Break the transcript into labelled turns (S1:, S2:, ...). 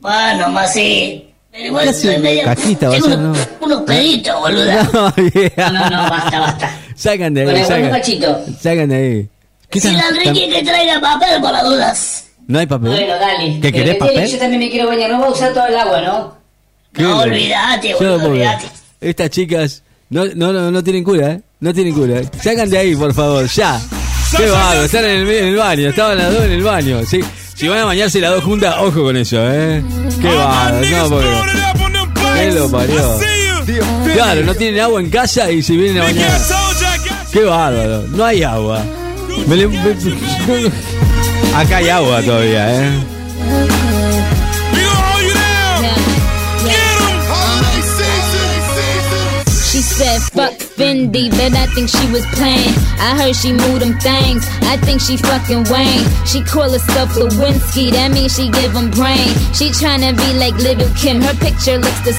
S1: Bueno, más sí. Pero igual
S2: Casi
S1: soy medio-
S2: caquita,
S1: tengo
S2: vaya,
S1: unos, unos peditos, boluda.
S2: No,
S1: No, no, no,
S2: yeah.
S1: basta, basta.
S2: Salgan de
S1: Con
S2: ahí,
S1: el buen
S2: salgan.
S1: cachito.
S2: Salgan de ahí. ¿Qué
S1: Si
S2: tan-
S1: la Enrique que traiga papel para dudas.
S2: tan- ¿No hay papel?
S3: Bueno, dale.
S2: ¿Que
S3: Eh,
S2: querés
S3: tiene que Yo
S2: papel?
S3: también me quiero bañar. No va a usar todo el agua, ¿no?
S1: No,
S2: Claro.
S1: olvidate,
S2: Yo no
S1: boludo,
S2: puedo creer.
S1: olvidate.
S2: Estas chicas no, no, no, no tienen cura, ¿eh? No tienen cura. ¿eh? Salgan de ahí, por favor, ya. Qué bárbaro, están en el, en el baño, estaban las dos en el baño. ¿sí? Si van a bañarse las dos juntas, ojo con eso, ¿eh? Qué bárbaro, no, porque... Él lo parió. Claro, no tienen agua en casa y si vienen a bañar... Qué bárbaro, no hay agua. Me le- me- Acá hay agua todavía, ¿eh?
S4: She said, fuck Fendi, but I think she was playing. I heard she moved them things. I think she fucking Wayne. She call herself Lewinsky, that means she give him brain. She tryna be like Little Kim, her picture looks the